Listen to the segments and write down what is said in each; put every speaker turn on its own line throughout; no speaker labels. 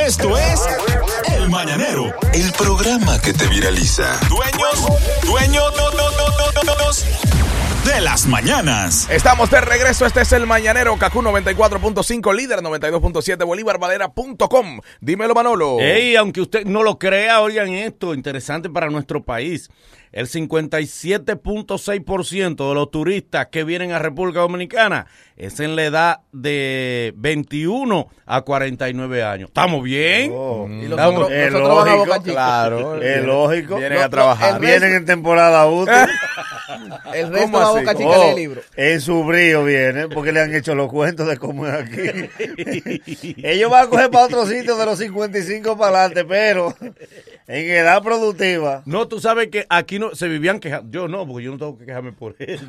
Esto es El Mañanero.
El programa que te viraliza.
Dueños, dueños, no, no, no, no, no, no, de las mañanas.
Estamos de regreso, este es el Mañanero, Cacú 94.5, líder 92.7, bolívarvalera.com. Dímelo
Oh.
Manolo.
Ey, aunque usted no lo crea, oigan esto, interesante para nuestro país. El 57.6% de los turistas que vienen a República Dominicana es en la edad de 21 a 49 años. ¿Estamos bien?
Mm,
Y los
Estamos-
otros-
Es
los otros van a
lógico,
Boca Chica.
claro.
Es lógico.
Vienen a trabajar.
el resto-
Vienen en temporada útil.
El
¿Cómo
resto va a
así?
Boca Chica
Oh,
del libro.
En su brío vienen, porque le han hecho los cuentos de cómo es aquí. Ellos van a coger para otro sitio de los 55 para adelante, pero en edad productiva.
No, tú sabes que aquí no se vivían quejando. Yo no, porque yo no tengo que quejarme por eso.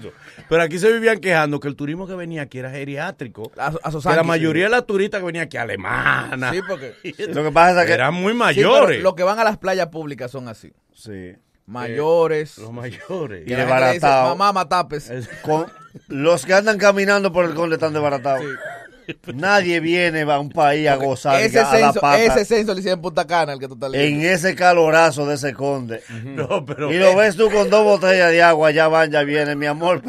Pero aquí se vivían quejando que el turismo que venía aquí era geriátrico.
A- a Sosanqui,
que la
sí.
mayoría de las turistas que venían aquí alemana.
Sí, porque-
Lo que pasa es que.
eran muy
Sí, pero
mayores.
los que van a las playas públicas son así.
Sí.
Mayores.
Los mayores.
Y
Eh, Que la gente le dice,
desbaratado.
Mamá, matapes.
Con- los que andan caminando por el conde están desbaratados. Nadie viene a un país a gozar
Ese
a la
censo,
pata
ese censo le hicieron en Punta Cana, el que tú estás
en
leyendo.
ese calorazo de ese conde.
No, pero eh.
Y lo ves tú con dos botellas de agua, ya van, ya vienen, mi amor,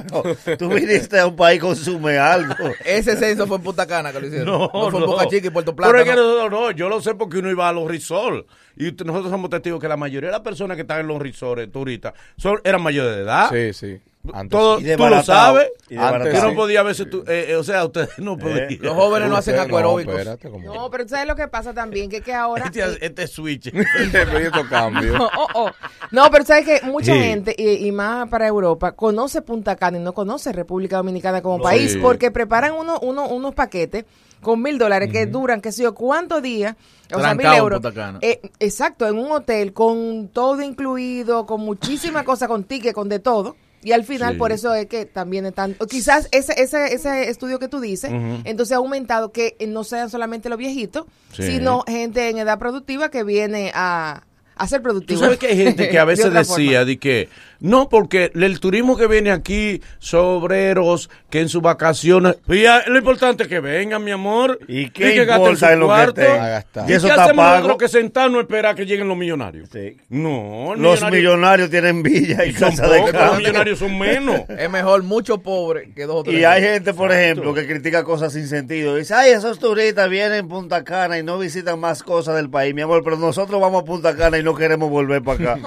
pero tú viniste a un país, consume algo.
Ese censo fue en Punta Cana que lo hicieron.
No, no,
fue en Boca Chica y Puerto Plata.
Pero es que no,
no.
no, yo lo sé porque uno iba a los resorts. Y usted- nosotros somos testigos que la mayoría de las personas que están en los resorts turistas son, eran mayores de edad.
Sí, sí.
Ah,
Antes-
Todo,
Y
tú lo
desbaratado.
sabes.
Y
Antes
desbaratado.
no podía verse tú. eh, eh, o sea, ustedes no podían.
Los jóvenes no hacen acueróbicos.
No, espérate, como-
No, pero tú sabes lo que pasa también, que es que ahora... eh,
Este, este switch.
Pero yo esto cambio.
Oh, oh, oh. No, pero tú sabes que mucha
Sí.
gente, y, y más para Europa, conoce Punta Cana y no conoce República Dominicana como país,
Sí.
porque preparan uno, uno- unos paquetes con mil dólares que duran, qué sé yo, cuántos días, o sea, mil
Trancado en
euros.
Punta Cana.
Eh, exacto, en un hotel, con todo incluido, con muchísimas cosas, con ticket, con de todo. Y al final, por eso es que también están. o Quizás ese, ese, ese estudio que tú dices, entonces ha aumentado que no sean solamente los viejitos,
Sí.
sino gente en edad productiva que viene a, a ser
Tú
productivo.
sabes que hay gente que a
De
veces
otra
decía
forma.
de que no, porque el turismo que viene aquí, sobreros, que en sus vacaciones. Y ah, lo importante es que vengan, mi amor.
¿Y qué
que gasten
importa
su
en lo que
cuarto.
tengan?
A gastar.
¿Y,
Y eso
qué
está
hacemos
pago.
nosotros que sentarnos a esperar que lleguen los millonarios?
Sí.
No, el
Los
millonario-
millonarios tienen villa y
son
casa de
pocos, los
campo.
millonarios son menos.
Es mejor mucho pobre que dos o tres.
Y hay gente, por ejemplo, que critica cosas sin sentido. Dice, ay, esos turistas vienen a Punta Cana y no visitan más cosas del país, mi amor, pero nosotros vamos a Punta Cana y no queremos volver para acá.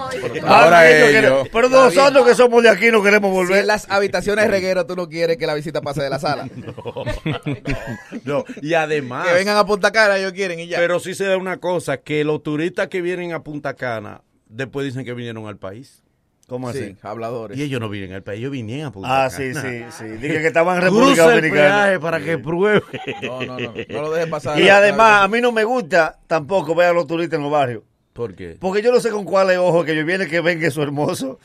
Ahora
ellos
ellos.
quieren- Pero nosotros que somos de aquí no queremos
Si
volver.
en las habitaciones regueras tú no quieres que la visita pase de la sala.
No, y además.
Que vengan a Punta Cana, ellos quieren y ya.
Pero sí se da una cosa, que los turistas que vienen a Punta Cana, después dicen que vinieron al país.
¿Cómo así?
sí, habladores.
Y ellos no vienen al país, ellos vinieron a Punta Cana.
Ah, sí, sí, sí. Dije que estaban en República
Cruza el
Dominicana.
peaje para que pruebe.
No, no, no. No lo dejes pasar.
Y además, a mí no me gusta tampoco ver a los turistas en los barrios.
¿Por qué?
Porque yo no sé con cuáles ojos que yo viene que ven que es hermoso.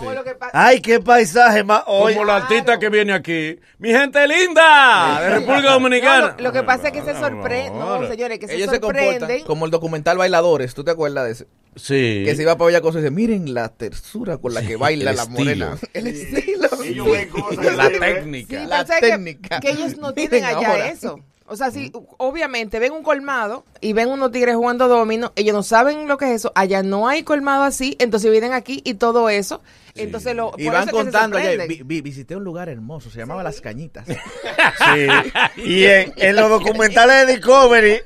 No, lo que
"Ah,
pasa-
Ay, qué paisaje más hoy.
Como la artista que viene aquí. ¡Mi gente linda! De República
No,
Dominicana.
lo, lo que pasa es que se sorprenden. No,
Ahora.
señores, que se
ellos se comportan
sorprenden.
como el documental Bailadores. ¿Tú te acuerdas de ese?
Sí.
Que se iba para Bellacoso y dice, miren la tersura con la que baila
el
la
estilo.
morena. El estilo.
Ellos ven cosas que
La
se ven.
Sí,
técnica.
pero
la
sabes que-
técnica.
Que, ellos no
Miren
tienen allá
ahora. Mm.
eso. O sea, si obviamente ven un colmado y ven unos tigres jugando domino, ellos no saben lo que es eso. Allá no hay colmado así, entonces vienen aquí y todo eso. Entonces lo
Y
por
van
eso es que se
contando allá.
sorprenden.
vi- vi- visité un lugar hermoso, se llamaba Las Cañitas.
Sí. Y en, en los documentales de Discovery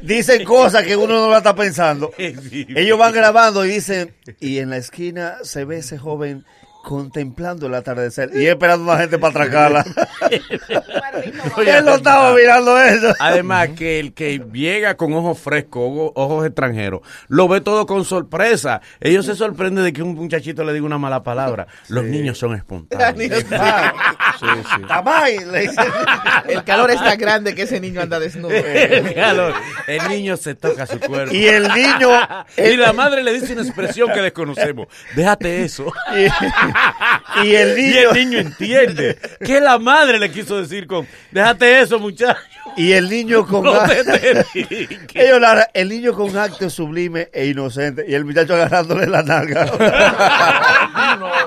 dicen cosas que uno no la está pensando.
Sí.
Ellos van grabando y dicen, y en la esquina se ve ese joven contemplando el atardecer y esperando a la gente para atracarla. Él no estaba mirando eso.
Además que el que llega con ojos frescos, ojo- ojos extranjeros, lo ve todo con sorpresa. Ellos se sorprenden de que un muchachito le diga una mala palabra. Los niños son espontáneos.
Tamay, le dicen.
El calor es tan grande que ese niño anda desnudo.
El calor. El niño se toca su cuerpo.
Y el niño,
Y la madre le dice una expresión que desconocemos. Déjate eso.
y, y el
Y
niño,
el niño entiende que la madre le quiso decir con déjate eso muchacho
y el niño con
no te
a-
dediques".
ellos la agarran, el niño con acto sublime e inocente y el muchacho agarrándole la nalga.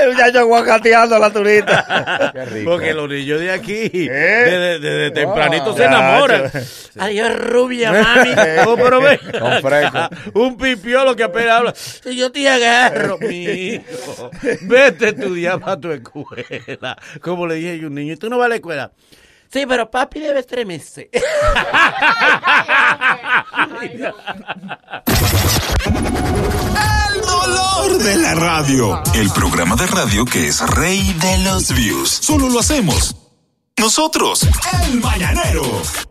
El muchacho guacateando a la turista.
Qué rico.
Porque el orillo de aquí, desde
¿Eh?
desde tempranito
Ah,
se enamora.
chacho.
Adiós, rubia, mami. Oh, pero ven
Con
acá, Un pipiolo que apenas habla. Si yo te agarro, mijo. Vete a estudiar para tu escuela. Como le dije yo a un niño, ¿y tú no vas a la escuela? Sí, pero papi debe estremecer.
El dolor de la radio.
El programa de radio que es rey de los views. Solo lo hacemos. Nosotros.
El mañanero.